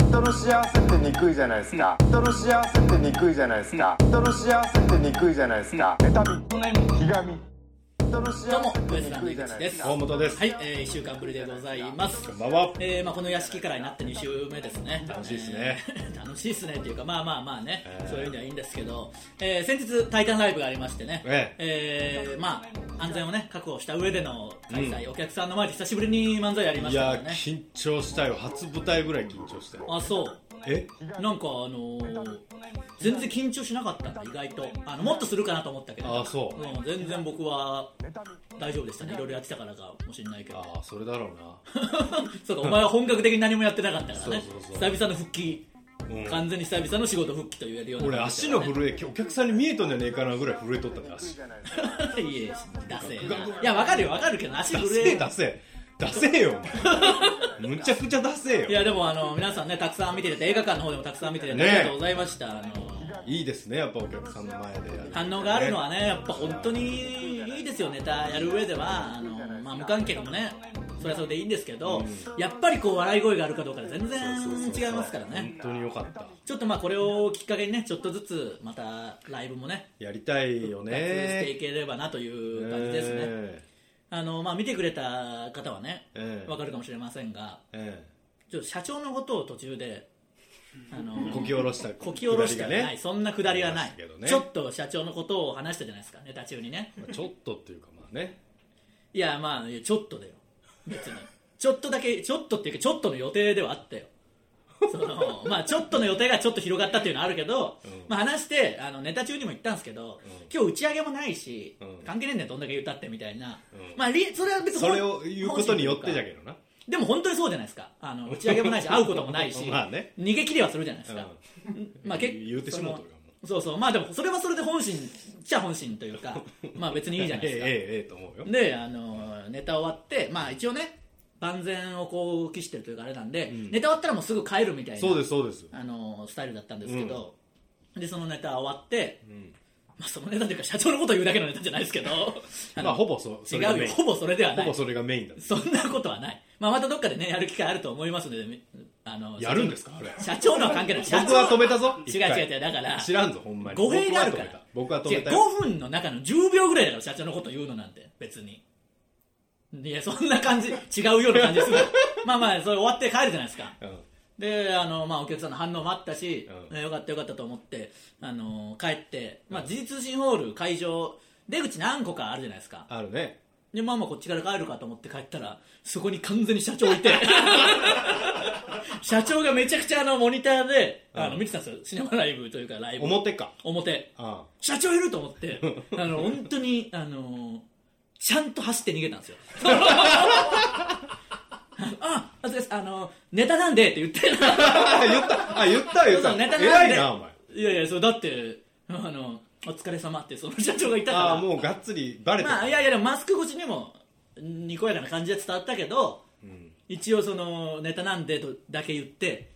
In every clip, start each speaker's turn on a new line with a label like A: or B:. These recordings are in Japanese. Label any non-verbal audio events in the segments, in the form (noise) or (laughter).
A: 人の幸せってにくいじゃないですか人の幸せってにくいじゃないですか人の幸せってにくいじゃないですか妬みひがみ人の
B: どうも
A: 幸せっ、
B: ウ
A: て
B: エス
A: に
B: ラ
A: く
B: ンド
A: い
B: 井
A: じゃな
B: 口
A: い
B: で。
A: ですす
B: はい、
C: 大本です。
B: えー、一週間ぶりでございます。
C: こんばんは。
B: えーまあ、この屋敷からになって2週目ですね
C: 楽しいっすね、
B: えー (laughs) 楽しいですねっていうかまあまあまあね、
C: えー
B: そういうのはいいんですけど、えー先日「タイタンライブ」がありましてね、
C: え
B: えーまあ、安全をね確保した上での開催、お客さんの前で久しぶりに漫才やりま
C: い
B: したか
C: や
B: らね
C: 緊張したよ。初舞台ぐらい緊張したよ。
B: あそう
C: え？
B: なんかあのー全然緊張しなかったんだ意外とあのもっとするかなと思ったけど
C: あそう。
B: うん全然僕は大丈夫でしたねいろいろやってたからかもしれないけど
C: あそれだ
B: (laughs)
C: ろう
B: そうかお前は本格的に何もやってなかったからね
C: そうそうそう
B: 久々の復帰
C: な。
B: 完全に久々の仕事復帰と言えるよう
C: うん。
B: な、
C: 俺足の震えお客さんに見えとんじゃねえかなぐらい震えとったね足。
A: じ
C: 出
A: ゃないですか
B: え (laughs) いやダセえないやわかるよわかるけど足震
C: せ
B: え
C: え出せえ出せえよ。お
B: (laughs)
C: 前むちゃくちゃ出せえ
B: い
C: よ。
B: やでもあの皆さんねたくさん見てて映画館の方でもたくさん見てて、
C: ねえ
B: ありがとうございましたあの
C: いいですねやっぱお客さんの前でやる。
B: 反応があるのはねやっぱ本当にいいですよネタやる上ではあの、まあ、無観客もねそれはそれでいいんですけど、やっぱりこう笑い声があるかどうかで全然違いますからね
C: 本当に良かった。
B: ちょっとまあこれをきっかけにねちょっとずつまたライブもね
C: やりたいよ
B: 復活してい
C: ね。
B: ければなという感じですね、
C: え
B: あのまあ、見てくれた方はね、
C: ええ
B: わかるかもしれませんが、
C: え
B: ちょっと社長のことを途中
C: (laughs)
B: で、あの
C: えこき下ろした
B: こき下ろしてはない、そんなくだりはな
C: あ
B: い
C: りましたけど、ね
B: ちょっと社長のことを話したじゃないですか、ネタ中にね、
C: ちょっとっていうかまあね。
B: いや、まあ、いやちょっとだよ、別に、ちょっとだけ、ちょっとっていうか、ちょっとの予定ではあったよ。そのまあ、ちょっとの予定がちょっと広がったっていうのはあるけど、
C: うん
B: まあ、話してあのネタ中にも言ったんですけど、
C: うん
B: 今日打ち上げもないし、
C: うん
B: 関係ねえんだよどんだけ言ったってみたいな、
C: うん
B: まあ、りそれは別に
C: それを言うことによってじゃけどな。
B: でも本当にそうじゃないですかあの打ち上げも
C: (laughs)
B: ないし会うこともないし
C: まあね
B: 逃げ切りはするじゃないですか、まあ、結
C: 言うてしもうとるかも
B: そのそうそうまあでもそれはそれで本心っちゃ本心というかまあ別にいいじゃない
C: え
B: で
C: え
B: すか、
C: (laughs) ええええと思うよ。
B: であのネタ終わってまあ一応ね万全をこう期してるというかあれなんで、
C: ん
B: ネタ終わったらもうすぐ帰るみたいな
C: そうですそうです。
B: あのスタイルだったんですけど、でそのネタ終わって、
C: うん
B: まあ、そのネタというか社長のことを言うだけのネタじゃないですけ
C: (laughs)
B: どあの
C: まあほぼそそ
B: 違
C: れが
B: う
C: メ
B: よ
C: イン。
B: ほぼそれでは
C: ほ
B: ない
C: ぼそれがメインだ。
B: そんなことはない、まあ、またどっかでねやる機会あると思いますのでみあの
C: やるんですかあれ。
B: 社長のは関係ない社長
C: 僕は止めたぞ。
B: (laughs) 違う
C: 一回
B: 違う違うだから
C: 知らんぞほんまに。
B: 語弊があるから
C: 僕は止めた。僕は止めた
B: 違う5
C: よ。
B: 分の中の10秒ぐらいだから社長のこと言うのなんて別にいやそんな感じ違うような感じする
C: (laughs)
B: まあまあそれ終わって帰るじゃないですか
C: うん
B: であの、まあ、お客さんの反応もあったし、
C: うん
B: ねよかったよかったと思ってあの帰って、まあ、時事通信ホール会場出口何個かあるじゃないですか
C: あるね。
B: でまあまあこっちから帰るかと思って帰ったらそこに完全に社長い
C: (laughs)
B: て社長がめちゃくちゃあのモニターであの
C: うん
B: 見てたんですよシネマライブというかライブ
C: 表か。
B: 表
C: あ (laughs)
B: 社長いると思ってあの本当にあのちゃんと走って逃げたんですよ (laughs) ああそうですあのネタなんでって言って
C: あ言ったあ言った言っ
B: そうそうネタ
C: た。
B: があるん
C: 偉
B: で
C: いなお前。
B: いやいやそうだってあのお疲れ様ってその社長がいたから
C: ああもうがっつりバレ
B: (laughs)
C: て
B: まあ、い
C: る。
B: やいやでもマスク越しにもにこやかな感じで伝わったけど、
C: ん
B: 一応そのネタなんでとだけ言って、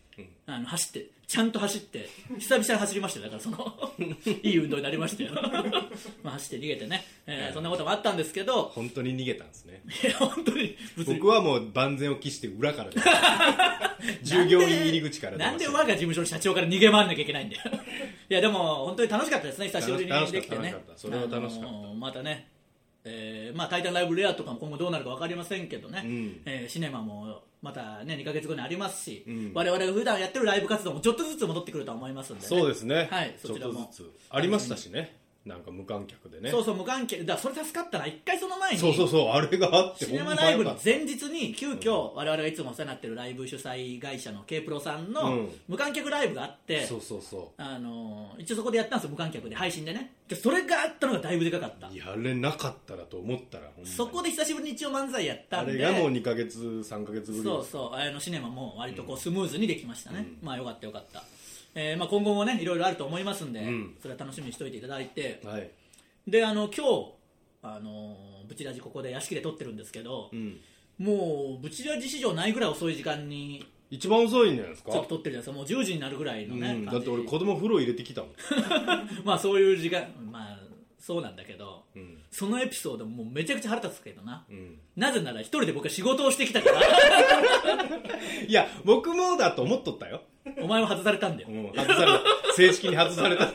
B: あの走ってちゃんと走って久々に走りましたよだからその (laughs) いい運動になりましたよ (laughs) まあ走って逃げてね、えーそんなこともあったんですけど
C: 本当に逃げたんですね。
B: いや本当に (laughs) 別に
C: 僕はもう万全を期して裏から出ま
B: (laughs)
C: した。従業員入り口から出
B: な
C: ま
B: ん
C: し
B: で
C: た
B: 我が事務所の社長から逃げ回んなきゃいけないんだよ
C: (laughs)
B: いやでも本当に楽しかったですね久しぶりにできて
C: 楽
B: ね
C: しかった楽しかったそれは楽しかった
B: あのーまたねえーまあ、タイタンライブレアとかも今後どうなるか分かりませんけどね、
C: うん
B: えーシネマもまたね2か月後にありますし、
C: ん
B: 我々が普段やってるライブ活動もちょっとずつ戻ってくるとは思いますんで、ね、
C: そうですね。
B: はい
C: ちょ
B: そ
C: っ
B: ちら
C: と
B: も
C: ずつありましたしね。なんか無観客でね。
B: そうそう無関係だからそれ助かったな一回その前に
C: そうそうそうあれがあって
B: シネ
C: ほん
B: マ
C: ま
B: ライブ
C: よ
B: の
C: かった
B: 前日に急遽我々がいつもお世話になってるライブ主催会社の K プロさん
C: う
B: の
C: ん
B: 無観客ライブがあって、
C: そうそうそ
B: あの一応そこでやったんですよ無観客で配信でねでそれがあったのがだいぶでかかった
C: うやれなかったらと思ったらほんまに
B: そこで久しぶりに一応漫才やった
C: あ
B: んで
C: れがもう2か月3か月ぶり
B: そうそうあのシネマも割とこうスムーズにできましたね、まあよかったよかった、えーまあ、今後もねいろいろあると思いますんで、
C: ん
B: それは楽しみにしておいていただいて
C: はい
B: であの今日あのブチラジここで屋敷で撮ってるんですけど
C: う、ん
B: もうブチラジ史上ないぐらい遅い時間に
C: 一番遅いんじゃないです
B: ち
C: か
B: ょっと撮ってるじゃないですかもう10時になるぐらいの
C: う
B: ね、
C: ん、だ
B: 感
C: って
B: じ
C: 俺子供風呂入れてきたもん、
B: (laughs) まあそういう時間まあそうなんだけど、
C: うん
B: そのエピソードもうめちゃくちゃ腹立つけどな、 (laughs)
C: うん、
B: なぜなら一人で僕は仕事をしてきたから (laughs)
C: いや僕もだと思っとったよ
B: お前は外されたんだよ
C: うん外された正式に外された (laughs)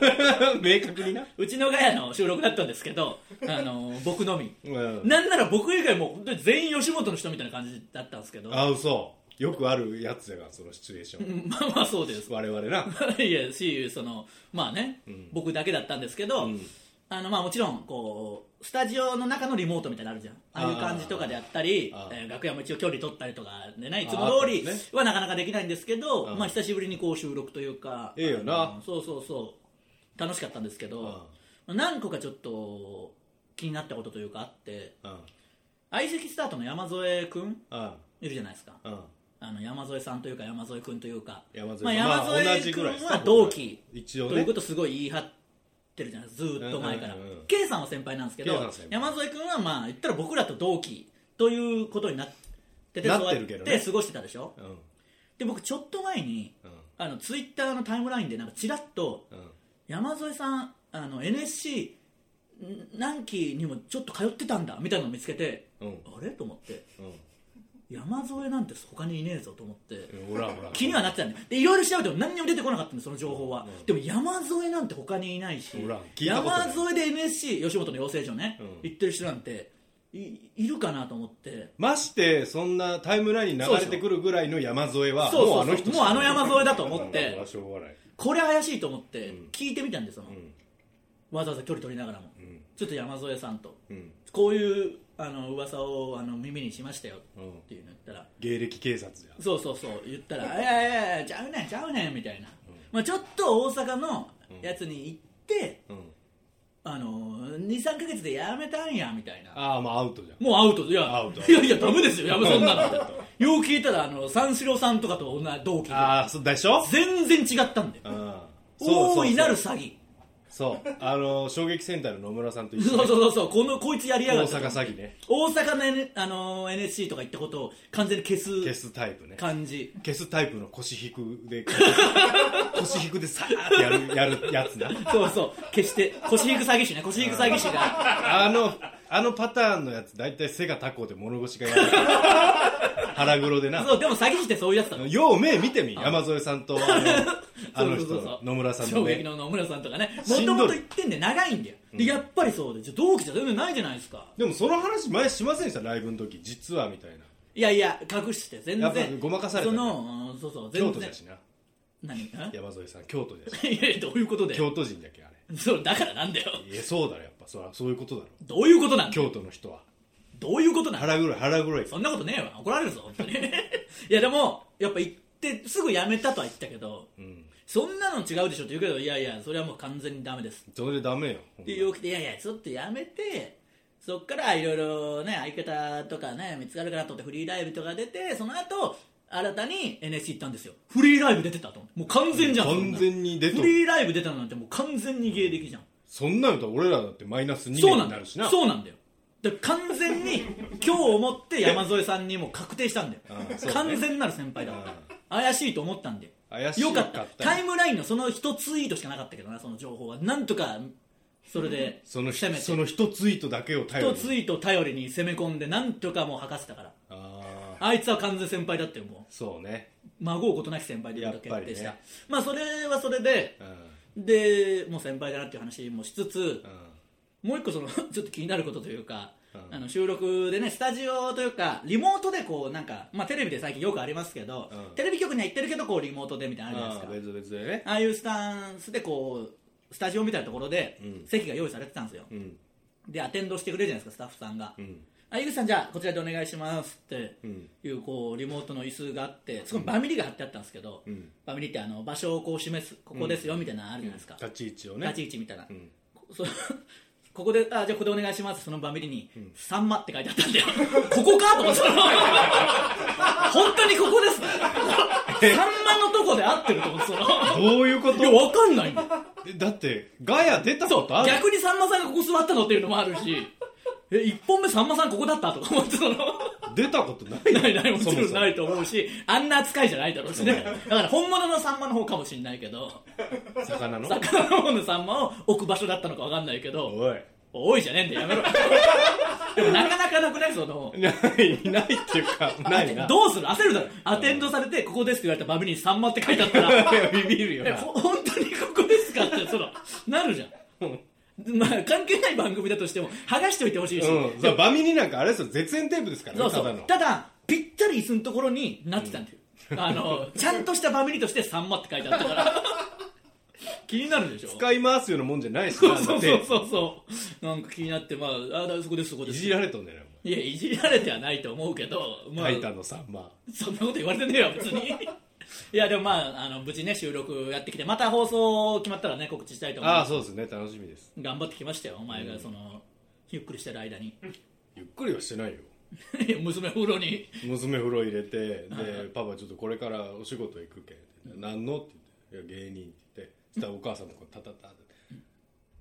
C: 明確にな、
B: うちのガヤの収録だったんですけ
C: (laughs)
B: ど、あの僕のみ
C: うん、
B: なんなら僕以外も本当に全員吉本の人みたいな感じだったんですけど
C: あ嘘よくあるやつやがそのシチュエーショ
B: (laughs)
C: ン、
B: まあまあそうです
C: 我々な
B: (laughs)
C: い
B: やしそのまあね、僕だけだったんですけど、
C: うん
B: あのまあもちろんこうスタジオの中のリモートみたいなのあるじゃんああいう感じとかであったり
C: あ、
B: え
C: ー
B: ー楽屋も一応距離取ったりとかでねいつ
C: あ
B: も
C: ー
B: 通り
C: あったね
B: はなかなかできないんですけど
C: うん
B: まあ久しぶりにこう収録というか
C: ええよな
B: あのそうそうそう楽しかったんですけど、何個かちょっと気になったことというかあって
C: うんうん
B: 相席スタートの山添君
C: うん
B: いるじゃないですか
C: うん
B: あの山添さんというか山添君というか
C: 山添
B: まあ、
C: 君
B: 山
C: まあ
B: 添
C: 同じぐ
B: 君
C: らいですね
B: は同期
C: 一
B: と
C: 応
B: いう
C: ね
B: ことをすごい言い張ってるじゃないですかずーっと前から
C: うんうんうん
B: K さんは先輩なんですけど
C: K さんは先輩
B: 山添君はまあ言ったら僕らと同期ということになってて
C: なってるけどね
B: そうやって過ごしてたでしょ
C: うん
B: で僕ちょっと前に
C: う
B: あのツイッターのタイムラインでなんかちらっと
C: んうん
B: 山添さんあの NSC ん何期にもちょっと通ってたんだみたいなのを見つけて、
C: うん
B: あれと思って
C: う
B: 山添なんて他にいねえぞと思って、
C: んほらほら
B: 気にはなってたんででいろいろ調べても何にも出てこなかったんでその情報は、でも山添なんて他にいないし
C: ほら聞いたことな
B: 山
C: い
B: 添で NSC 吉本の養成所ね、
C: うん
B: 行ってる人なんていいるかなと思って
C: ましてそんなタイムラインに流れてくるぐらいの山添は
B: そう
C: もう
B: そ
C: あ
B: う
C: の
B: そう
C: 人
B: もうあの山添だと思っ
C: うん
B: て
C: まあしょうがない
B: これ怪しいと思って
C: うん
B: 聞いてみたんですよ、その
C: うん
B: わざわざ距離取りながらも、
C: うん
B: ちょっと山添さんと
C: うん
B: こういうあの噂をあの耳にしましたよ
C: うん
B: っていうの言ったら、
C: 芸歴警察じゃん
B: そうそうそう言ったら「いやいやいやちゃうねんちゃうねん」みたいな、まあ、ちょっと大阪のやつに行って、
C: うん
B: あの23か月でやめたんやみたいな
C: ああまあアウトじゃん
B: もうアウトいや
C: アウト
B: いやいやダメですよやめそんなのよう聞いたらあの三四郎さんとかと同じ同期で
C: ああそうでしょ
B: 全然違ったんだよ
C: うん
B: 大いなる詐欺
C: そうあの衝撃戦隊の野村さんと一
B: そ
C: 緒
B: う
C: に
B: そうそうそうこのこいつやりやが
C: 大
B: った
C: 阪詐欺ね
B: 大阪の、N あの NSC とか行ったことを完全に消
C: 消
B: す
C: すタイプね
B: 感じ
C: 消すタイプの腰引くで (laughs) 腰引くでさーってやるやるやつな
B: そうそう消して腰引く詐欺師ね腰引く詐欺師が
C: あのあのパターンのやつ大体背が高うで物腰がやる腹黒で
B: (laughs)
C: な
B: そうでも詐欺師ってそういうやつだろ
C: よう目見てみ山添さんとあの
B: (laughs)
C: あの
B: そ
C: 人
B: うそうそう
C: の野村さんの
B: 衝撃
C: 目
B: の野村さんとかねも
C: し
B: と
C: んどい
B: もと言ってんで長いんだよでやっぱりそうでちょ同期じゃ全然ないじゃないですか
C: でもその話前しませんでしたライブの時実はみたいない
B: やいや隠して全
C: やっぱ
B: 然
C: ごまかされ
B: そ
C: たね
B: のうんそうそう全
C: 京
B: 然
C: 都だしな
B: 何んいや
C: 山添さん京都だ
B: (laughs)
C: し
B: いやどういうことで
C: 京都人だっけあれ
B: そうだからなんだよ
C: いやそうだろやっぱそらそういうことだろ
B: どういうことなんだよ
C: 京都の人は
B: どういうことなんだよ
C: 腹黒い腹黒い
B: そんなことねえわ怒られるぞ本当に (laughs) いやでもやっぱ行ってすぐ辞めたとは言ったけど
C: うん
B: そんなの違うでしょって言うけどいやいやそれはもう完全にダメです
C: それでダメよほん
B: で
C: ま
B: 陽気で「いやいやちょっとやめてそっからいろいろね相方とかね見つかるかなと思ってフリーライブとか出てその後新たに NSC 行ったんですよフリーライブ出てたと思うもう完全じゃんそんなの
C: 完全に出と
B: フ
C: る
B: リーライブ出たのなんてもう完全に芸歴じゃん、
C: そんなのと俺らだってマイナス2
B: そうなん
C: 年にな
B: だよ
C: るしな
B: そうなんだよだから完全に今日をもって山添さんにもう確定したんだよ
C: うんそうだね
B: 完全なる先輩だった怪しいと思ったんだよ
C: 怪し
B: よかっ
C: か
B: た
C: った
B: タイムラインのその一ツイートしかなかったけどなその情報はなんとかそれで
C: その
B: せめて
C: その一ツイートだけを頼り
B: 一
C: に
B: ツイートを頼りに攻め込んでなんとかもう吐かせたから
C: ああ
B: あいつは完全先輩だっても
C: そうね
B: う孫うことなき先輩でいるだけ
C: やっぱ
B: で
C: り
B: した、
C: ね
B: まあそれはそれで
C: うんうん
B: でもう先輩だなっていう話もしつつもう一個その (laughs) ちょっと気になることというか、
C: うん
B: あの収録でねスタジオというかリモートでこうなんか、まあ、テレビで最近よくありますけど、
C: うん
B: テレビ局には行ってるけどこうリモートでみたいなのあるじゃ
C: あ
B: ない
C: あ
B: ですか
C: 別々でね
B: ああいうスタンスでこうスタジオみたいなところで
C: うん
B: 席が用意されてたんですよ、
C: うん
B: でアテンドしてくれるじゃないですかスタッフさんが、
C: うん
B: あ井口さんじゃあこちらでお願いしますって
C: うん
B: いうこうリモートの椅子があってすごいバミリが貼ってあったんですけど、
C: うん
B: バミリってあの場所をこう示すここですよみたいなのあるじゃないですか、
C: 立ち位置をね
B: 立ち位置みたいな、
C: うん
B: そ (laughs) ここであじゃあここでお願いしますそのバミリに「さんま」って書いてあったんで (laughs) ここかと思ってたの本当にここですねさんまのとこで合ってると思ってたの
C: ど (laughs) ういうこ
B: いや
C: と
B: 分かんないんだよ
C: えだってガヤ出た
B: そ
C: こ
B: う
C: とある
B: 逆にさんまさんがここ座ったのっていうのもある (laughs) しえ1本目さんまさんここだったとか思ってたの
C: 出たことない
B: ないないもちろんないいと思うしあんな扱いじゃないだろうしねだから本物のさんまの方かもしれないけど
C: 魚の
B: 魚の方のさんまを置く場所だったのかわかんないけど
C: おい
B: 多いじゃねえんだよやめ (laughs) ろでもなかなかなくないその
C: いないないって
B: (laughs)
C: いうかないな
B: どうする焦るだろアテンドされて「ここです」って言われたバブに「さんま」って書いてあった (laughs) ら
C: いやビビるよ
B: え
C: な
B: ほ本当にここですかってそのなるじゃんまあ関係ない番組だとしても剥がしておいてほしいし、
C: うん、そうバミリなんかあれですよ絶縁テープですからね
B: そうそうた
C: ただ
B: だ
C: の
B: ぴったり椅子のところになってたんだよ、あのちゃんとしたバミリとして「さんま」って書いてあったから (laughs) 気になるでしょ
C: 使い回すようなもんじゃないし
B: そうそうそう
C: う
B: そうそうなんか気になってまああだそこですそこで
C: い
B: す
C: じられとんねん
B: いやいじられてはないと思うけど、まあ
C: タ、イタンのさんま
B: そんなこと言われてねえよ別にいやでもまああの無事ね収録やってきてまた放送決まったらね告知したいと思い
C: ああ
B: ま
C: ーそうですね楽しみです
B: す頑張ってきましたよお前がその、ゆっくりしてる間に (laughs)
C: ゆっくりはしてないよ
B: いや娘風呂に
C: 娘風呂入れてでパパちょっとこれからお仕事行くけん何のって言っていや芸人って言ってそしたらお母さんもこうタタタって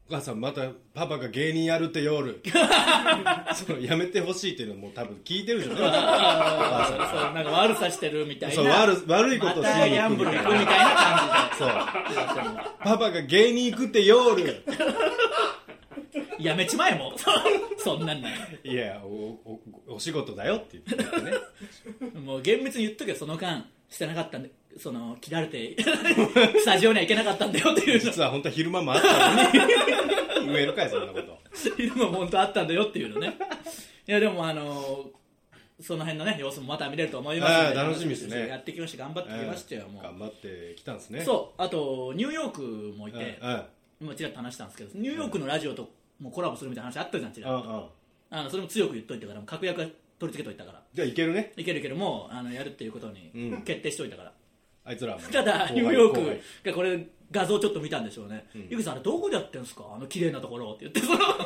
C: お母さんまたパパが芸人やるって夜
B: (laughs)
C: そのやめてほしいっていうのもう多分聞いてるじゃない
B: そうなんか悪さしてるみたいな
C: そう悪悪いことを
B: ま
C: しに
B: たギャ
C: 行
B: ン
C: く
B: ブ
C: み
B: ル
C: たい
B: 行
C: な
B: くみたいな感
C: そうパパが芸人行くって夜
B: じでやめちまえもう (laughs) そんなんない
C: いやおおおお仕事だよって言
B: (laughs)
C: ってね
B: もう厳密に言っとけよその間してなかったんでその切られて (laughs) スタジオには行けなかったんだよっていうの
C: 実は本当は昼間もあったの
B: (laughs)
C: に言えるかいそんなこと
B: 昼も本当あったんだよっていうのねいやでもあのその辺のね様子もまた見れると思いますので
C: ああ楽しみですね
B: やってきました頑張ってきましたよ、
C: ええ
B: も
C: 頑張ってきたんですね
B: うそうあとニューヨークもい
C: うんうん
B: て、今ちらっと話したんですけどニューヨークのラジオともうコラボするみたいな話あったじゃんち
C: う
B: らっ
C: ん
B: と
C: うん
B: あのそれも強く言っといたから確約は取り付けといたから
C: じゃあいけるね
B: いけるけどもうあのやるっていうことに決定しといたから、
C: あいつらはもう
B: ただ
C: 後輩
B: ニューヨ
C: 後
B: ー
C: 輩
B: クがこれ画像ちょっと見たんでしょうね、ゆくさんあれどこでやってんすかあの綺麗なところって言って
C: (laughs)
B: そのこ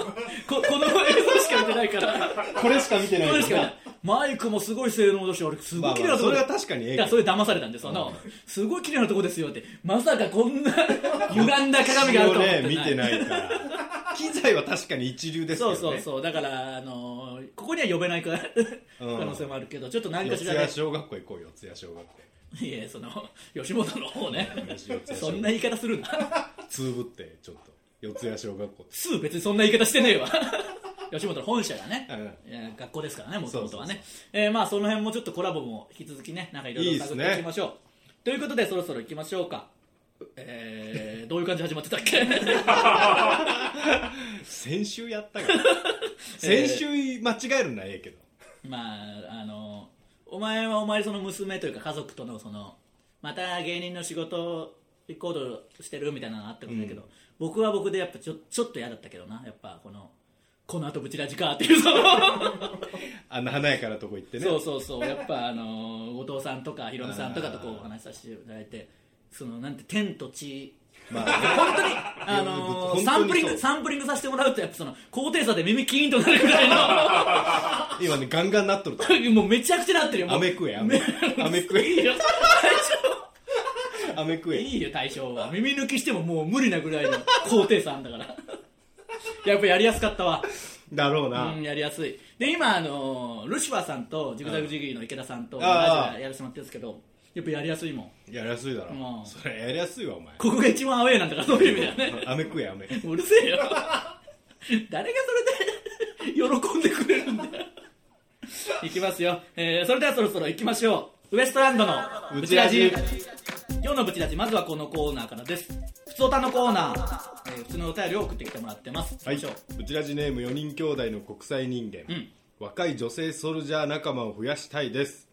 B: この映像しか見てないから
C: これしか見てない
B: そうですかねマイクもすごい性能だし、あれ、すごい綺麗なとこ
C: まあまあそれは確かにええけど
B: だらそれ騙されたんで、その、すごい綺麗なとこですよって、まさかこ
C: (laughs)
B: んな歪んだ鏡があるとは思って
C: ね
B: ない。
C: 見てないから機材は確かに一流ですけど
B: そう
C: ね
B: そうそう、だから、あのーここには呼べないから
C: うん
B: 可能性もあるけど、ちょっと何
C: 四
B: かしら
C: 谷
B: ね、
C: 小学校行こうよ四谷小学校
B: (laughs) いえ、その、吉本の方ね、
C: 四谷小
B: そんな
C: 学校
B: 言い方するんだ。
C: つぶってちょっと四谷小学校って
B: すー別にそんな言い方してねえわ。 (laughs) 吉本の本社がね、
C: うん
B: えー学校ですからね、もともとは
C: そ
B: ね。えーまあ、その辺もちょっとコラボも引き続きね、なんかいろいろ探っていきましょう。ということで、そろそろ行きましょうか。えー、どういう感じで始まってたっけ
C: 先週やっ
B: (laughs)
C: たから先週間違えるのはええけど、
B: まあ、あの、お前はお前その娘というか家族とのその、また芸人の仕事行こうとしてるみたいなのがあったんだけど、僕は僕でやっぱちょちょっと嫌だったけどな、やっぱこの、この後ブチラジかっていうその。
C: あんな華やかなとこ行ってね
B: そうそうそうやっぱあのー後藤さんとかヒロミさんとかとこうお話しさせていただいてそのなんて天と地
C: まあね、
B: 本当にあのー
C: 本当にそう
B: サンプリングサンプリングさせてもらうとやっぱその高低差で耳キーンとなるぐらい
C: (laughs) 今ねガンガンなっとる
B: (laughs)
C: と
B: のもうめちゃくちゃなってるよもう
C: 飴食え飴
B: (laughs)
C: 飴食え
B: いい (laughs) よ
C: 飴
B: 大
C: 食
B: 将
C: え
B: いいよ大将は耳抜きしてももう無理なぐらいの高低差あんだから (laughs) やっぱやりやすかったわ
C: だろうな、
B: うん、やりやすいで今あのールシファーさんとジグザグジギーの池田さんと
C: ん
B: 同じラジオやらせてもらってるんですけどやっぱやりやすいもん
C: やりやすいだろ、
B: うん
C: それやりやすいわお前
B: ここが一番アウェーなんだからそういう意味だよね
C: 飴食え飴
B: うるせえよ誰がそれで喜んでくれるんだよいきますよ、えーそれではそろそろ行きましょうウエストランドのブチラジ
C: ブチラ
B: 今日のブチラジまずはこのコーナーからです普通歌のコーナー、えー普通のお便りを送ってきてもらってます
C: はい
B: 行きましょう
C: ブチラジネーム4人兄弟の国際人間、
B: ん
C: 若い女性ソルジャー仲間を増やしたいです、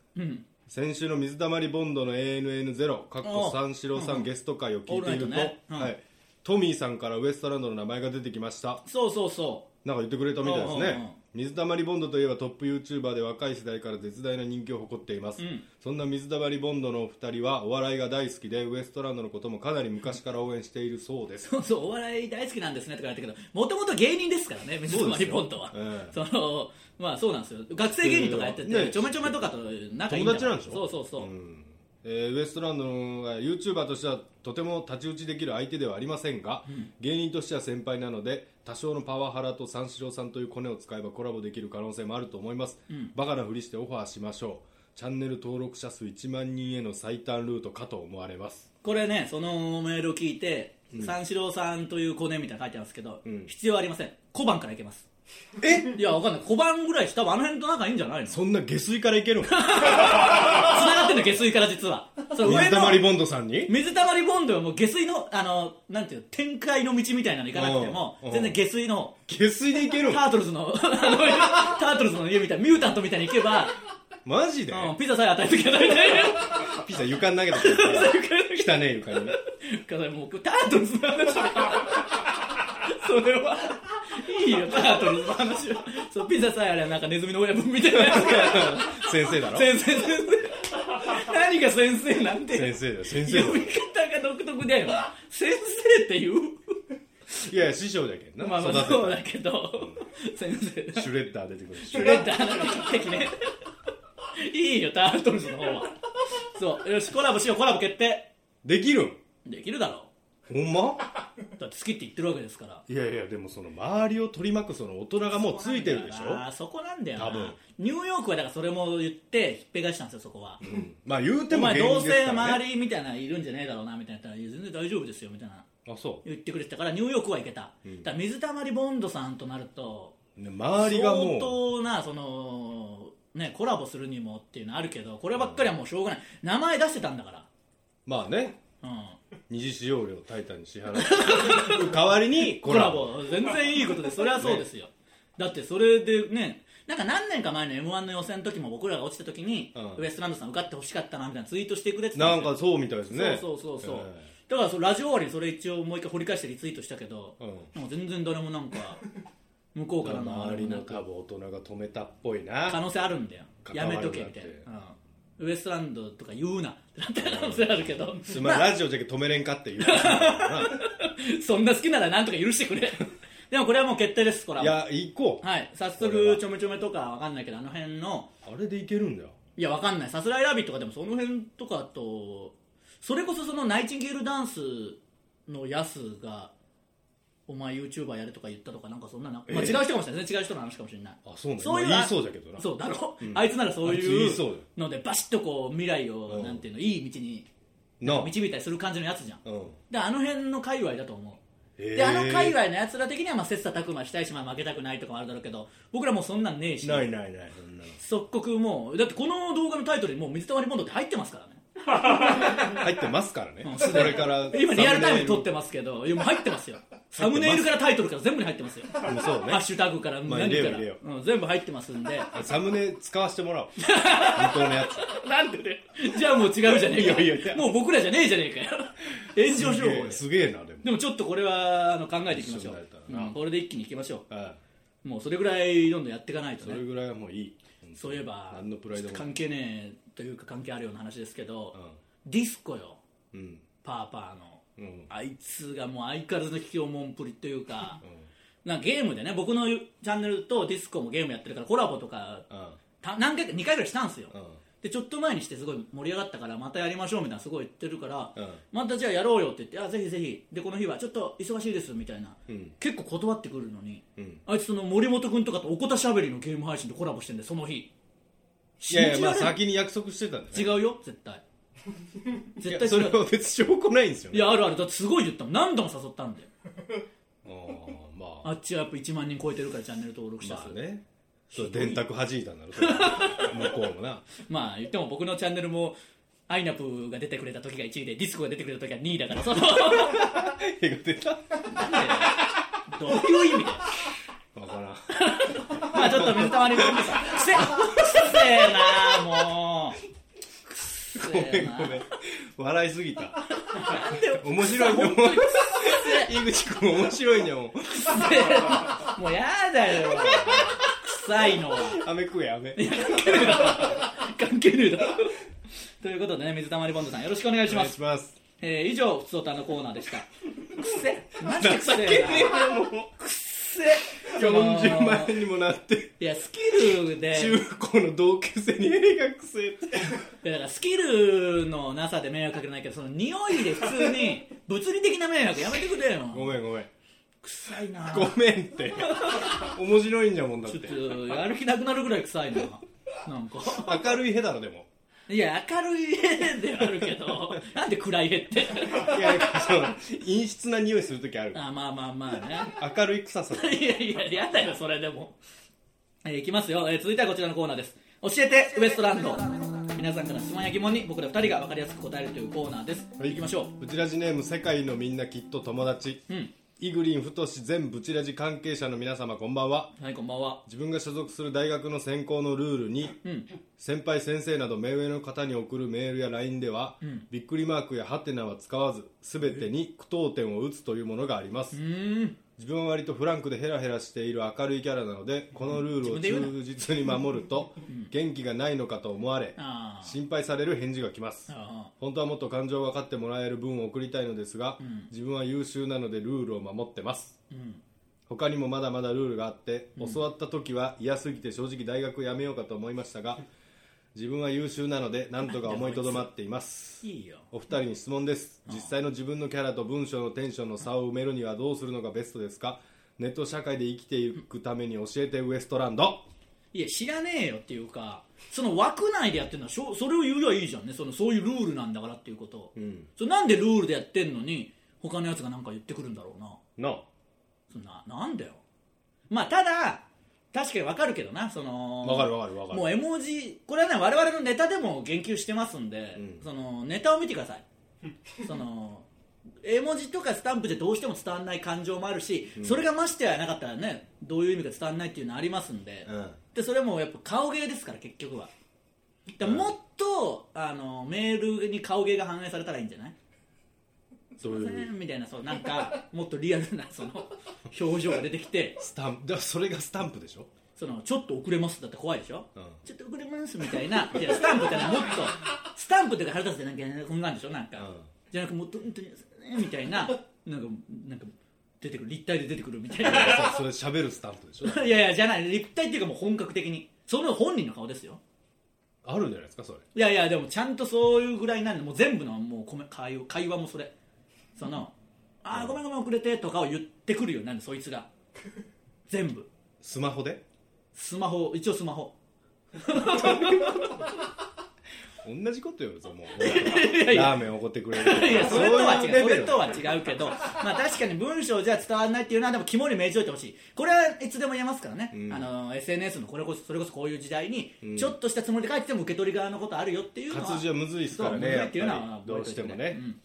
C: 先週の水溜りボンドの ANN0 かっこ三四郎さんゲスト会を聞いている
B: オール
C: と、
B: ナイトねうん
C: はい、トミーさんからウエストランドの名前が出てきました
B: そうそうそ
C: なんか言ってくれたみたいですね、
B: うんうんうん
C: 水溜りボンドといえばトップ YouTuber で若い世代から絶大な人気を誇っています、そんな水溜りボンドのお二人はお笑いが大好きでウエストランドのこともかなり昔から応援しているそうです
B: うそうお笑い大好きなんですねとか言ったけどもともと芸人ですからね水
C: そうで
B: 溜
C: す
B: り
C: よ
B: ボンドは、
C: ええ
B: そのまあそうなんですよ学生芸人とかやってて、
C: いやいやね
B: ちょめちょめとかと仲いいんだから
C: 友達なんでしょ
B: そうそうそう、
C: えーウエストランドのえー YouTuber としてはとても太刀打ちできる相手ではありませんが、芸人としては先輩なので多少のパワハラと三四郎さんというコネを使えばコラボできる可能性もあると思います、バカなふりしてオファーしましょうチャンネル登録者数1万人への最短ルートかと思われます
B: これねそのメールを聞いて、三四郎さんという子ねみたいなの書いてあるんですけど、
C: ん
B: 必要ありません小判からいけます
C: え
B: いやわかんない小判ぐらいしたあの辺と仲いいんじゃないのつ
C: そんな下水からいけるの (laughs)
B: ながってんの下水から実はその
C: 水
B: 上の
C: 溜りボンドさんに
B: 水溜りボンドはもう下水のあのなんていうの展開の道みたいなの行かなくても
C: うん
B: 全然下水の
C: 下水でい (laughs) ける
B: タ
C: の
B: ートルズのあのタートルズの家みたいなミュータントみたいに行けば、
C: マジで
B: うん、ピザさえ与えときゃ大体
C: ピザ床に投げてくる (laughs) から汚ねえ床にね
B: かそれもうタートルズの話だそれはいいよタートルズの話はそうピザさえあれはなんかネズミの親分みたいなやつが
C: 先生だろ
B: 先生先生何が先生なんて
C: 先生だよ先生だ
B: 呼
C: よ
B: び方が独特だよな先生っていう
C: いやいや師匠だけどな、
B: まあまあ
C: 育て
B: そう
C: た
B: だけど先生
C: シュレッダー出てくる
B: シュレッダーの敵ねいいよタートルズの方はそうよしコラボしようコラボ決定
C: できるん
B: できるだろ
C: ほんま
B: うだって好きって言ってるわけですから
C: いやいやでもその周りを取り巻くその大人がもうついてるでしょ
B: あーそこなんだよな
C: 多分
B: ニューヨークはだからそれも言ってひっぺがしたんですよそこは、
C: まあ言うて
B: お
C: も
B: 前
C: 芸
B: どう
C: 人で
B: せ
C: すから、
B: 周
C: ね、
B: りみたいなのいるんじゃねえだろうなみたいな言ったらいや全然大丈夫ですよみたいな
C: あそ
B: 言ってくれてたからニューヨークは行けた、だから水たまりボンドさんとなると
C: うね周りが
B: 相
C: も
B: 当なそのねコラボするにもっていうのあるけどこればっかりはもうしょうがない名前出してたんだから
C: うまあね
B: うん
C: 二次使用料をタイタンに支払う (laughs) 代わりにコ
B: コ
C: ラ
B: ラ
C: ボ
B: ボ全然いいことですそれはそうですよ、だってそれでねなんか何年か前の m 1の予選の時も僕らが落ちた時に、
C: うん
B: ウエストランドさん受かってほしかったなみたいなツイートしてくれてた
C: なんん
B: ですよ
C: かそうみたいですね
B: そうそうそうそう、
C: ええ
B: だからそのラジオ終わりにそれ一応もう一回掘り返してリツイートしたけど、
C: う
B: なんか全然誰もなんか
C: (laughs)
B: 向こうからのあれ
C: 周
B: も
C: り
B: な
C: の
B: んか
C: 多分大人が止めたっぽい
B: 可
C: な
B: 能性あるんだよや
C: 関わ
B: め
C: る
B: とけみたいな、うん、ウエストランドとか言うなってなった可能性あるけど、
C: すまんラジオじゃけ止めれん
B: (laughs)
C: かって言うい
B: そんな好きならなんとか許して
C: (laughs)
B: くれでもこれはもう決定ですコラボ
C: や行こう、
B: はい早
C: これは
B: 速ちょめちょめとかわかんないけどあの辺の
C: あれでいけるんだよ
B: いやわかんないさすらいラビとかでもその辺とかとそれこそそのナイチンゲールダンスのやすがお前 YouTuber やれとか言ったとかなんかそんなな、まあ、違う人かもしれない全然違う人の話かもしれない
C: あそうなんだ
B: そういう
C: まあ言いそうだけどな
B: そうだろ、あいつならそう
C: あいつ言
B: い
C: いそう
B: うのでバシッとこう未来を
C: うん
B: なんていうのいい道に
C: なあ
B: 導いたりする感じのやつじゃん
C: うん
B: であの辺の界隈だと思う
C: え
B: であの界
C: 隈
B: 隈のやつら的にはまあ切磋琢磨したいし、まあ、負けたくないとかもあるだろうけど僕らもうそんなんねえし
C: ないないないそんなの
B: 即刻もうだってこの動画のタイトルにもう水溜りボンドって入ってますからね
C: 入ってますからね、
B: うんす
C: こ
B: でに
C: れから
B: 今リアルタイム撮っててますけどいやもう入ってますよ
C: (laughs)
B: サムネイルからタイトルから全部に入ってますよ
C: うんそうね
B: ハッシュタグから何
C: まあ
B: から、
C: 入れよう入れよ
B: うん、全部入ってますん
C: (laughs)
B: で
C: サムネ使わせてもら
B: (laughs)
C: おう向こうのや
B: なんでねじゃあもう違うじゃねえかよ
C: いやいやいや
B: もう僕らじゃねえじゃねえかよ炎上
C: つ
B: 商法です
C: すげえなでも
B: でもちょっとこれはあの考えていきましょ
C: 一緒にな
B: う
C: れたらな
B: うんこれで一気にいきましょ
C: あ
B: うもうそれぐらいどんどんやっていかないと
C: それ
B: ね
C: ぐらいはもういい
B: そういえば
C: 何のプライド
B: ちょっ
C: も
B: と関係ねえというか関係あるような話ですけど、
C: う
B: ディスコよ
C: うん
B: パーパーの、
C: うん
B: あいつがもう相変わらずの卑怯もんぷりというか、なんかゲームでね僕のチャンネルとディスコもゲームやってるからコラボとか
C: うん
B: た何回か2回ぐらいしたんですよ、
C: うん
B: でちょっと前にしてすごい盛り上がったからまたやりましょうみたいなすごい言ってるから、
C: うん
B: またじゃあやろうよって言ってあぜひぜひでこの日はちょっと忙しいですみたいな、
C: ん
B: 結構断ってくるのに、
C: ん
B: あいつその森本君とかとおこたしゃべりのゲーム配信でコラボしてんでその日
C: いやいやまあ
B: 信じられない
C: 先に約束してたんだね
B: 違うよ絶対
C: い
B: 絶
C: や
B: 対
C: そ
B: 違
C: れ
B: う
C: は別に証拠ないんですよ
B: いやあるあるだってすごい言ったもん何度も誘ったんで
C: あーま
B: あ
C: あ
B: っちはやっぱ1万人超えてるからチャンネル登録者
C: ま
B: 数、
C: あ
B: まあ
C: ねそう電卓弾い
B: (laughs)
C: たんだろそれは向こうもな
B: 言っても僕のチャンネルもアイナプーが出てくれた時が1位でディスコが出てくれた時が2位だからその
C: 絵が出た
B: どういう意味だよ
C: わからん
B: まあちょっと水溜りボンドさんくせくせえなもうくせ
C: ごめ
B: え
C: ん
B: な
C: ごめん笑いすぎた
B: なんでよ
C: 面白いねも
B: 本当にく
C: 井口君面白いねもう
B: せえなもうやだよ臭いのは
C: 雨食え雨
B: 関係ねえだろということでね水溜りボンドさんよろしくお願いし
C: お
B: ま
C: 願い
B: す
C: します
B: えー以上、ふつおたのコーナーでした。くせ、マジでくせ
C: 情けね
B: えな。
C: えもう
B: くせ。
C: 40万円にもなって
B: いや、スキルで、
C: 中高の同級生に映画くせえって
B: いやだからスキルのなさで迷惑かけないけど、その匂いで普通に、物理的な迷惑やめてくれよ。
C: ごめんごめん
B: 臭いな。
C: ごめんって面白いんじゃもんだっ
B: ちょってと、やる気なくなるぐらい臭いな。なんか
C: 明るいヘだろでも
B: いや明るい絵ではあるけどなんで暗い絵って
C: いやその陰湿な匂いする時ある
B: あまあまあまあね
C: 明るい臭さ
B: いやいや、やだよ、それでも。えーいきますよ、えー続いてはこちらのコーナーです。教えてウエストランド。皆さんから質問や疑問に僕ら2人が分かりやすく答えるというコーナーです。い、きましょ
C: うブチラジネーム世界のみんなきっと友達、
B: ん
C: イグリン太し全ブチラジ関係者の皆様こんばんは
B: う。はい、こんばんは。
C: 自分が所属する大学の専攻のルールに、先輩先生など目上の方に送るメールや LINE では、びっくりマークやハテナは使わず全てに句読点を打つというものがあります自分は割とフランクでヘラヘラしている明るいキャラなのでこのルール
B: 自
C: を
B: 分で言うな
C: 忠実に守ると元気がないのかと思われ
B: あー
C: 心配される返事が来ます
B: あ
C: 本当はもっと感情を分かってもらえる文を送りたいのですが、自分は優秀なのでルールを守ってます、他にもまだまだルールがあって、教わった時は嫌すぎて正直大学を辞めようかと思いましたが自分は優秀なので何とか思いとどまっています
B: ーいいよ。
C: お二人に質問です実際の自分のキャラと文章のテンションの差を埋めるにはどうするのがベストですかネット社会で生きていくために教えてウエストランド
B: いや、知らねえよっていうか、その枠内でやってるのはしょ、それを言うよりはいいじゃんね。そのそういうルールなんだからっていうことを。それなんでルールでやってんのに、他のやつがなんか言ってくるんだろうな。
C: の
B: そんな、なんだよ。まあ、ただ、確かにわかるけどな、その、
C: わかるわかるわかる
B: もう絵文字、これはね、我々のネタでも言及してますんで、
C: ん
B: その、ネタを見てください。その、絵文字とかスタンプでどうしても伝わらない感情もあるし、それがましてやなかったらね、どういう意味か伝わらないっていうのありますんで、
C: うん
B: で、それもやっぱ顔芸ですから、結局は。だからもっと、あの、メールに顔芸が反映されたらいいんじゃない
C: どう
B: すいま
C: い
B: せ
C: うん
B: みたいなそうなんか (laughs) もっとリアルなその表情が出てきて
C: スタンプだからそれがスタンプでしょ (laughs)
B: そのちょっと遅れますだって怖いでしょ、
C: ん
B: ちょっと遅れますみたいないやスタンプってのはもっとスタンプっていうか腹立つでなんかこんなんでしょなんか、
C: うん
B: じゃなくもう本当にみたいななんかなんか出てくる立体で出てくるみたいな (laughs)
C: それ喋るスタンプでしょ
B: いやいやじゃない立体っていうかもう本格的にその本人の顔ですよ
C: あるんじゃないですかそれ
B: いやいやでもちゃんとそういうぐらいなんでもう全部のもうコメ会話会話もそれその「ああごめんごめん遅れて」とかを言ってくるようになるのそいつ
C: (laughs)
B: が全部
C: スマホで
B: スマホ一応スマホ
C: 同じことよそれもう
B: (laughs) いや
C: ラーメンおごってくれるとか
B: いやそれとは
C: そ
B: 違う
C: ういう
B: そ
C: レベ
B: れ
C: ル
B: とは違うけどまあ確かに文章じゃ伝わらないっていうのはでも肝に銘じといてほしいこれはいつでも言えますからね、
C: ん
B: あの SNS のこれこそそれこそこういう時代にちょっとしたつもりで書いてても受け取り側のことあるよっていうのは
C: 活字はむずいですから
B: そう
C: ね
B: むず
C: や
B: い
C: っ
B: っていうのは
C: ぱりどうしてもねうん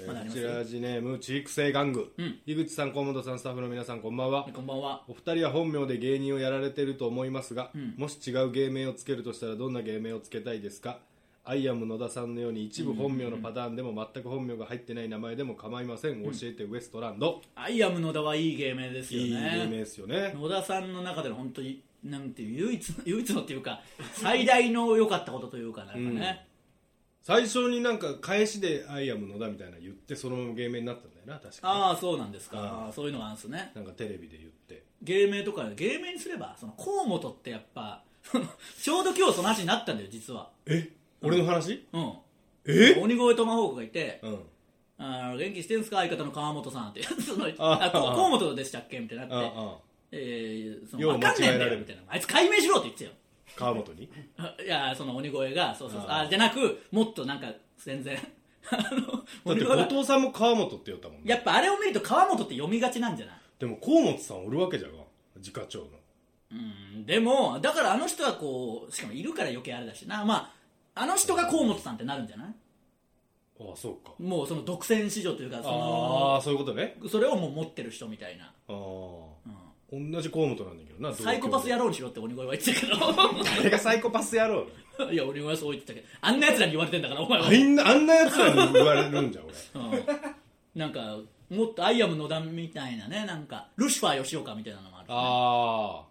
C: え
B: まだありま
C: ーこ
B: す
C: ち
B: よ
C: らジネームチークセイ玩具
B: うん
C: 井口さん河本さんスタッフの皆さんこんばんは
B: こんばんは
C: お二人は本名で芸人をやられてると思いますが、
B: ん
C: もし違う芸名をつけるとしたらどんな芸名をつけたいですかアイアム野田さんのように一部本名のパターンでも全く本名が入ってない名前でも構いません、教えてウエストランド、
B: アイアム野田はいい芸名ですよね
C: いい芸名ですよね
B: 野田さんの中での本当になんていう唯一の唯一のっていうか最大の良かったことというかなんかね、
C: 最初になんか返しで「アイアム野田」みたいなの言ってその芸名になったんだよな確か
B: ああそうなんですか、
C: うん
B: あーそういうのがあるんですね
C: になんかテレビで言って
B: 芸名とか芸名にすればその河本ってやっぱ (laughs) そのちょうど今日その話になったんだよ実は
C: え俺の話、
B: うん
C: え
B: 鬼越トマホークがいて
C: うん
B: 「あー元気してんすか相方の川本さん」って (laughs) その
C: あ
B: あこ河本でしたっけ?」みたいに
C: あ
B: なって
C: あ
B: 「えーそ
C: よ
B: の
C: う
B: 分かんねえんだ
C: 間違えられ
B: よ」
C: る
B: みたいな「あいつ解明しろ」って言ってたよ
C: 川本
B: (laughs)
C: に
B: あいやその鬼越がそうそうそう
C: あ
B: あじゃなくもっとなんか全然 (laughs) あ
C: だ
B: の
C: って
B: 鬼越が
C: 後藤さんも川本って言ったもんね
B: やっぱあれを見ると川本って読みがちなんじゃない
C: でも河本さんおるわけじゃが自家長の
B: うんでもだからあの人はこうしかもいるから余計あれだしなまああの人が河本さんってなるんじゃない
C: ああそうか
B: もうその独占市場というかそ
C: あ
B: の
C: あそういうことね
B: それをもう持ってる人みたいな
C: ああ、同じ河本なんだけどな
B: サイコパス野
C: 郎
B: 郎にしろって鬼越は言ってたけ
C: 誰がサイコパス野郎 (laughs)
B: どいや鬼越はそう言ってたけどあんなやつらに言われてんだからお前は
C: あんなあんなやつらに言われるんじゃん俺
B: うんなんかもっとアイアム野田みたいなねなんかルシファー吉岡みたいなのもある
C: あ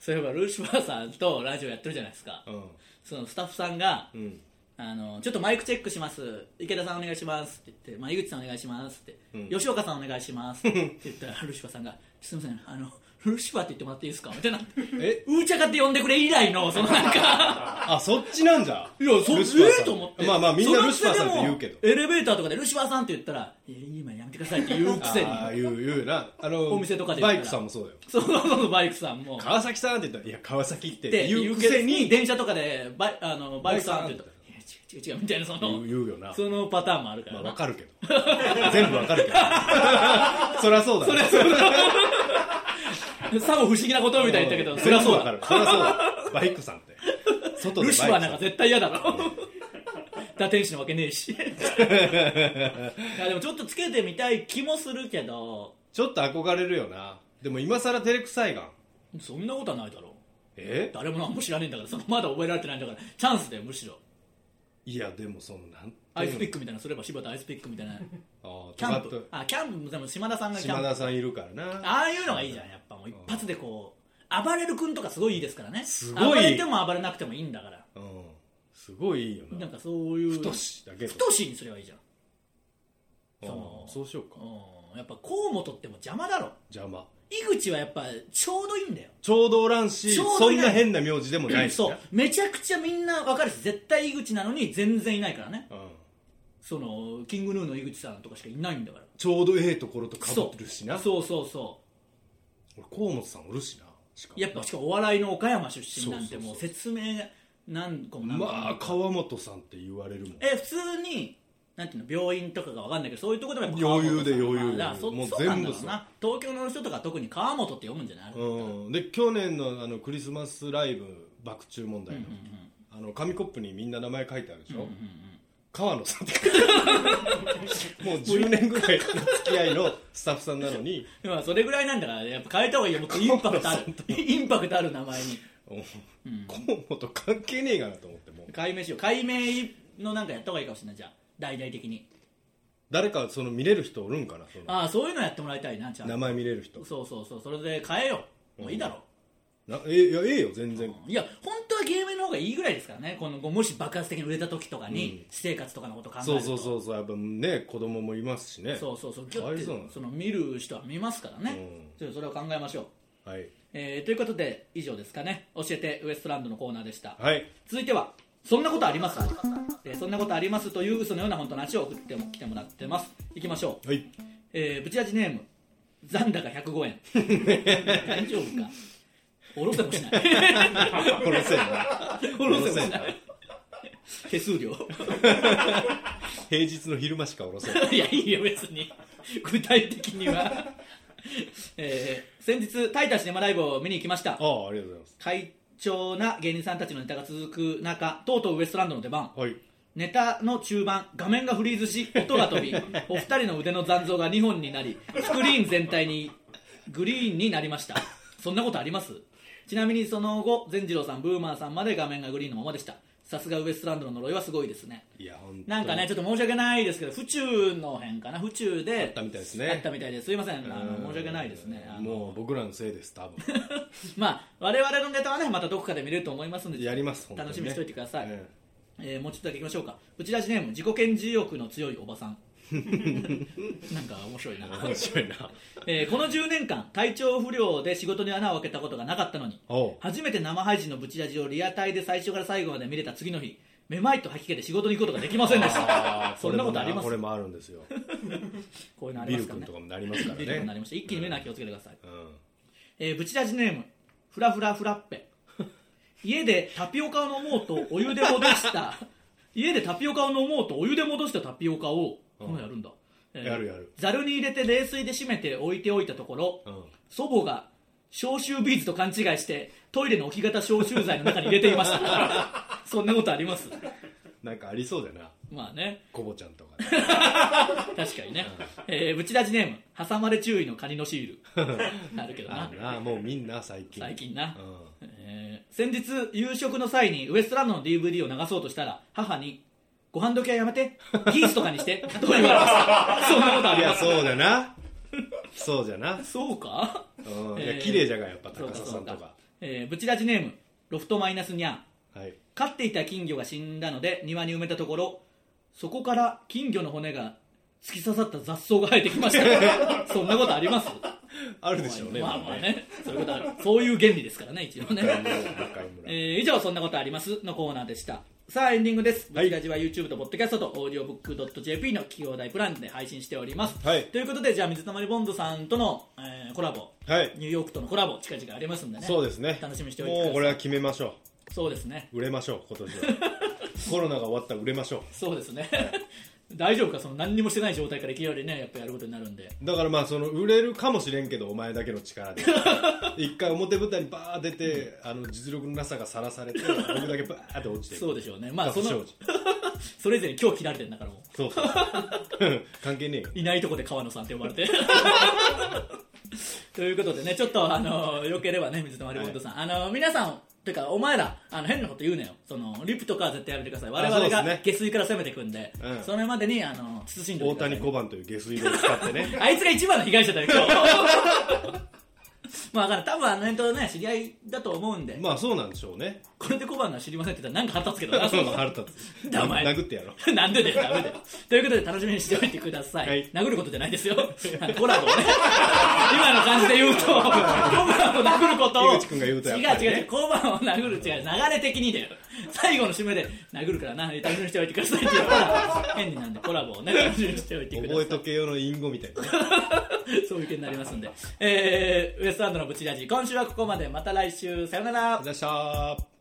B: そういえばルシファーさんとラジオやってるじゃないですか
C: あうん
B: そのスタッフさんが
C: うん
B: あのちょっとマイクチェックします池田さんお願いしますって言って、まあ、井口さんお願いしますって、
C: うん
B: (laughs) 吉岡さんお願いしますって言ったらルシファーさんがすみませんあのルシファーって言ってもらっていいですかみたいな
C: え
B: ウーチャカって呼んでくれ以来のそのなん
C: (laughs)
B: か
C: あそっちなんじゃ
B: いやそ
C: ルシファーさん
B: ええと思って
C: まあまあみんな
B: その
C: ルシファーさんって言うけど
B: でもエレベーターとかでルシファーさんって言ったら「いや今やめてください」って言うくせに
C: ああ言う言うなあの
B: お店とかで言った
C: バ
B: ら
C: イクさんもそうだよ
B: そうそうバイクさんも
C: 川崎さんって言ったら「いや川崎」って
B: で
C: 言うくせに
B: 電車とかでバイあのバイクさんって言うと
C: バイ
B: 「いや違う違う違う」みたいなそ
C: 言
B: の
C: う言うよな
B: そのパターンもあるか
C: ま
B: ら
C: あ
B: な
C: わかるけど全部わかる
B: (laughs)
C: けどそりゃそうだそりゃそう
B: (laughs) さも不思議なことみたいに言ったけどそりゃ
C: 全
B: そう
C: 部わか
B: だ
C: るそりゃそうだバイクさんって外でバイ
B: ル
C: ク
B: シ
C: さ
B: ファーなんか
C: ん
B: 絶対嫌だろ堕天使なわけねえしいやでもちょっとつけてみたい気もするけど
C: ちょっと憧れるよなでも今更照れくさいがん
B: そんなことはないだろう
C: え
B: 誰も何も知らねえんだからそのまだ覚えられてないんだからチャンスだよむしろ
C: いやでもそのなんていうの
B: アイスピックみたいなのすれば柴田アイスピックみたいな
C: ああ
B: キャン
C: 尖っ
B: プあキャンプでも島田さんが
C: と
B: キャ
C: 島
B: ンプ
C: 田さんいるからな
B: ああいうのがいいじゃんやっぱもう一発でこう暴れる君とかすごいいいですからね
C: す
B: 暴
C: ごい
B: れても暴れなくてもいいんだから
C: うんすごいいいよ
B: な
C: なん
B: かそういう
C: 太しだけど
B: 太しにすればいいじゃん
C: ああそうしようか
B: うんやっぱ河本ってもう邪魔だろ
C: 邪魔
B: 井口はやっぱちょうどいいんだよ
C: ちょうどおらんし
B: ちょう
C: そ
B: どい
C: ん
B: ない
C: な変な名字でもないし
B: そ
C: な
B: うめちゃくちゃみんな分かるし絶対井口なのに全然いないからね
C: うん
B: そのキングヌーの井口さんとかしかいないんだから
C: ちょうどええところとかぶってるしな
B: そうそうそうそ
C: 俺河本さんおるしなしか
B: うやっぱしかもお笑いの岡山出身なん
C: そ
B: て
C: うそうそう
B: もう説明が何個も何個も
C: まあ川本さんって言われるもん
B: え普通になんていうの病院とかが分かんないけどそういうところでもやっぱ
C: 余裕で
B: 川本さん
C: 余裕
B: だからそ
C: もう
B: そうなんだろう
C: 全部
B: な東京の人とか特に川本って読むんじゃない、
C: うん、で去年のあのクリスマスライブ爆注問題の,、あの紙コップにみんな名前書いてあるでしょ、川野さんって書いて
B: (laughs)
C: あるもう10年ぐらいの付き合いのスタッフさんなのに
B: まあそれぐらいなんだからやっぱ変えた方がいいよもっとインパクトあるインパクトある名前に
C: うん河本関係ねえかなと思ってもう
B: 解明しよう解明のなんかやった方がいいかもしれないじゃあ大々的に
C: 誰かその見れる人おるんかなその
B: ああそういうのやってもらいたいなちゃん
C: 名
B: と
C: 前見れる人
B: そうそうそうそれで変えようもういいだろう、
C: なえいやええよ全然、
B: いや本当は芸名の方がいいぐらいですからねこのもし爆発的に売れた時とかに、私生活とかのこと考える
C: そ
B: と
C: うそうそうそうやっぱね子供もいますしね
B: (laughs) そうそうそうギ
C: か
B: ュ
C: わ
B: ッ
C: い
B: て
C: そうな
B: その見る人は見ますからね、
C: うん
B: ちょっとそれを考えましょう、
C: はい
B: えーということで以上ですかね教えてウエストランドのコーナーでした、
C: はい
B: 続いてはそんなことありますか、えーそんなことありますという嘘のような本当の話を送っても来てもらってますいきましょう、
C: はい
B: えー、ブチラジネーム残高105円
C: (laughs)
B: 大丈夫かおろせもしない
C: (laughs) このせいなこのせいな
B: 手数料
C: 平日の昼間しかおろせな
B: (laughs)
C: い
B: いやいいよ別に具体的には、えー先日タイタシネマライブを見に行きました
C: ああありがとうございます
B: 快調な芸人さんたちのネタが続く中とうとうウエストランドの出番
C: はい
B: ネタの中盤画面がフリーズし音が飛
C: (laughs)
B: びお二人の腕の残像が2本になりスクリーン全体にグリーンになりましたそんなことありますちなみにその後善次郎さんブーマーさんまで画面がグリーンのままでしたさすがウエストランドの呪いはすごいですね
C: いや本当に
B: なんかね、ちょっと申し訳ないですけど、府中の辺かな、府中で、あった
C: みたいですね
B: あったみたいです、すいません、あの
C: うん
B: 申し訳ないですね、あの
C: もう僕らのせいです多分
B: まあ我々のネタはね、またどこかで見れると思いますので、
C: やります本当にね
B: 楽しみにしておいてください、
C: え
B: えーもうちょっとだけいきましょうか、うちらジネーム、自己顕示欲の強いおばさん、 (laughs) なんか面白いな、
C: え面白いな
B: えーこの10年間、体調不良で仕事に穴を開けたことがなかったのに、
C: おう
B: 初めて生配信のブチラジをリアタイで最初から最後まで見れた次の日、めまいと吐き気で仕事に行くことができませんでした、 (laughs) そんなことあります
C: これもあるんですよ
B: こういうのあり
C: ビ
B: ま
C: ル
B: すか
C: 君
B: ね
C: とかもなりますから
B: ビルになり
C: ね
B: ました一気に見るのは気をつけてください、
C: うん
B: えーブチラジネームフラフラフラッ
C: (laughs)
B: ペ家でタピオカを飲もうとお湯で戻した家でタピオカを飲もうとお湯で戻したタピオカをこんなのやるんだ、えー
C: やるやる
B: ざるに入れて冷水で締めて置いておいたところ、
C: うん
B: 祖母が消臭ビーズと勘違いしてトイレの置き型消臭剤の中に入れていました
C: (laughs)
B: そんなことあります
C: なんかありそうだよな
B: まあね
C: コボちゃんと
B: (laughs)
C: か
B: 確かにね、えーブチラジネーム挟まれ注意のカニのシール
C: (laughs)
B: あるけどな
C: あるなもうみんな最近
B: 最近な
C: う、ん
B: えー先日夕食の際にウエストランドの DVD を流そうとしたら母に「ご飯時はやめてギースとかにして」と言われましたそんなことあ
C: い
B: りま
C: や
B: す
C: そうだなそうじゃな
B: そうか
C: うんい
B: え
C: や
B: ー
C: 綺麗じゃがやっぱ
B: そう
C: 高
B: か
C: 佐
B: そ
C: さ
B: うんか
C: とか
B: えーブチラジネームロフトマイナスニャン
C: はい
B: 飼っていた金魚が死んだので庭に埋めたところそこ
C: (laughs)
B: から金魚の骨が突き刺さった雑草が生えてきましたそんなことあります
C: あるでしょうね
B: まあまあねそういうことはそういう原理ですからね一応ね
C: 中井村中井村
B: えー以上「そんなことあります」のコーナーでしたさあエンディングです「ブチラジ」は YouTube と Podcast と audiobook.jp の企業大プランで配信しております、
C: はい
B: ということでじゃあ水溜りボンドさんとの、えーコラボ、
C: はい
B: ニューヨークとのコラボ近々ありますんでね
C: そうですね
B: 楽しみにしておいてください
C: もうこれは決めましょ
B: そうですね
C: う売れましょう今年は
B: (laughs)
C: コロナが終わったら売れましょ
B: そうですね (laughs) 大丈夫かその何にもしてない状態からいきなりねやっぱやることになるんで
C: うだからまあその売れるかもしれんけどお前だけの力
B: (laughs)
C: で一回表舞台にバーッ出てあの実力のなさがさらされて僕だけバーッて落ちていく
B: そうでしょうねまあそ
C: 不祥
B: の
C: 事
B: それぞれ今日切られてんだからもう
C: そうそう (laughs) 関係ねえよ
B: いないとこで川野さんって呼ばれ
C: (laughs)
B: て。ということでね、ちょっとあの、よければね、水溜りボンドさん。あの、皆さん、てか、お前ら、あの、変なこと言うなよ。その、リプとかは絶対やめてください。我
C: あそ
B: 々
C: うです
B: が
C: ね
B: 下水から攻めていくんで、そ,、
C: うん
B: れまでに、あの、慎んでお
C: 大
B: いてください
C: 谷小判という下水道を使ってね (laughs)
B: あいつが一番の被害者だよ、今日。まあ、だから多分あの辺とね、知り合いだと思うんで、
C: まあそうなんでしょうね
B: これで小判の知りませんって言ったらなんか腹立つけどな、
C: (laughs)
B: その
C: 腹立つ
B: 名前
C: 殴ってやろ
B: (laughs)
C: う
B: なんでだよ、ダメだよ。ということで、楽しみにしておいてください。
C: はい
B: 殴ることじゃないですよ。あのコラボをね。 (laughs) 今の感じで言うと、コバを殴ることを。
C: 井口君が言うとやっぱりね
B: 違う違う違う、コバを殴る、違う、流れ的にだよ。最後の締めで、殴るからな、楽しみにしておいてくださいって言ったら、変になんで、コラボをね、楽しみにしておいてくださ
C: 覚え
B: い。
C: とけよの隠語みたいなね (laughs)
B: そういう意見になりますんで。えー、ウエストランドのブチラジ、今週はここまで。また来週、さよなら。
C: いらっしゃー